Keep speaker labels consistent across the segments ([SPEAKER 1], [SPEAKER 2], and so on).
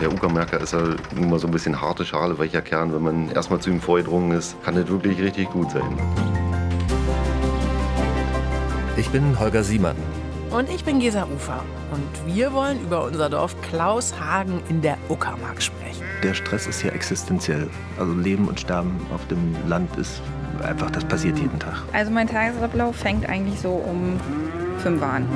[SPEAKER 1] Der Uckermärker ist ja nun mal so ein bisschen harte Schale, weicher Kern. Wenn man erstmal zu ihm vorgedrungen ist, kann das wirklich richtig gut sein.
[SPEAKER 2] Ich bin Holger Siemann.
[SPEAKER 3] Und ich bin Gesa Ufer. Und wir wollen über unser Dorf Klaushagen in der Uckermark sprechen.
[SPEAKER 4] Der Stress ist ja existenziell. Also Leben und Sterben auf dem Land ist einfach, das passiert jeden Tag.
[SPEAKER 5] Also mein Tagesablauf fängt eigentlich so um fünf an.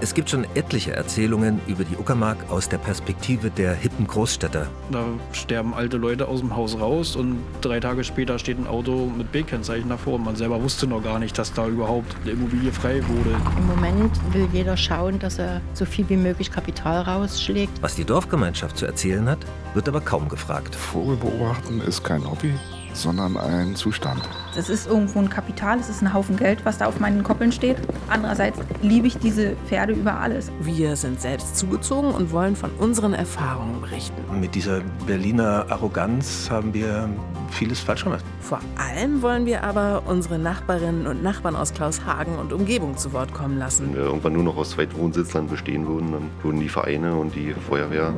[SPEAKER 2] Es gibt schon etliche Erzählungen über die Uckermark aus der Perspektive der hippen Großstädter.
[SPEAKER 6] Da sterben alte Leute aus dem Haus raus und drei Tage später steht ein Auto mit B-Kennzeichen davor und man selber wusste noch gar nicht, dass da überhaupt eine Immobilie frei wurde.
[SPEAKER 7] Im Moment will jeder schauen, dass er so viel wie möglich Kapital rausschlägt.
[SPEAKER 2] Was die Dorfgemeinschaft zu erzählen hat, wird aber kaum gefragt.
[SPEAKER 8] Vogel beobachten ist kein Hobby, sondern ein Zustand.
[SPEAKER 5] Es ist irgendwo ein Kapital, es ist ein Haufen Geld, was da auf meinen Koppeln steht. Andererseits liebe ich diese Pferde über alles.
[SPEAKER 3] Wir sind selbst zugezogen und wollen von unseren Erfahrungen berichten.
[SPEAKER 4] Mit dieser Berliner Arroganz haben wir vieles falsch gemacht.
[SPEAKER 3] Vor allem wollen wir aber unsere Nachbarinnen und Nachbarn aus Klaushagen und Umgebung zu Wort kommen
[SPEAKER 1] Wenn
[SPEAKER 3] lassen.
[SPEAKER 1] wir irgendwann nur noch aus zwei Wohnsitzlern bestehen würden, dann würden die Vereine und die Feuerwehr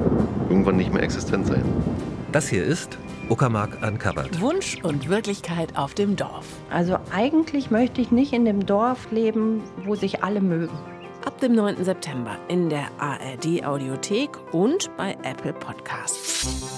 [SPEAKER 1] irgendwann nicht mehr existent sein.
[SPEAKER 2] Das hier ist Uckermark Uncovered.
[SPEAKER 3] Wunsch und Wirklichkeit auf dem Dorf.
[SPEAKER 7] Also eigentlich möchte ich nicht in dem Dorf leben, wo sich alle mögen.
[SPEAKER 3] Ab dem 9. September in der ARD Audiothek und bei Apple Podcasts.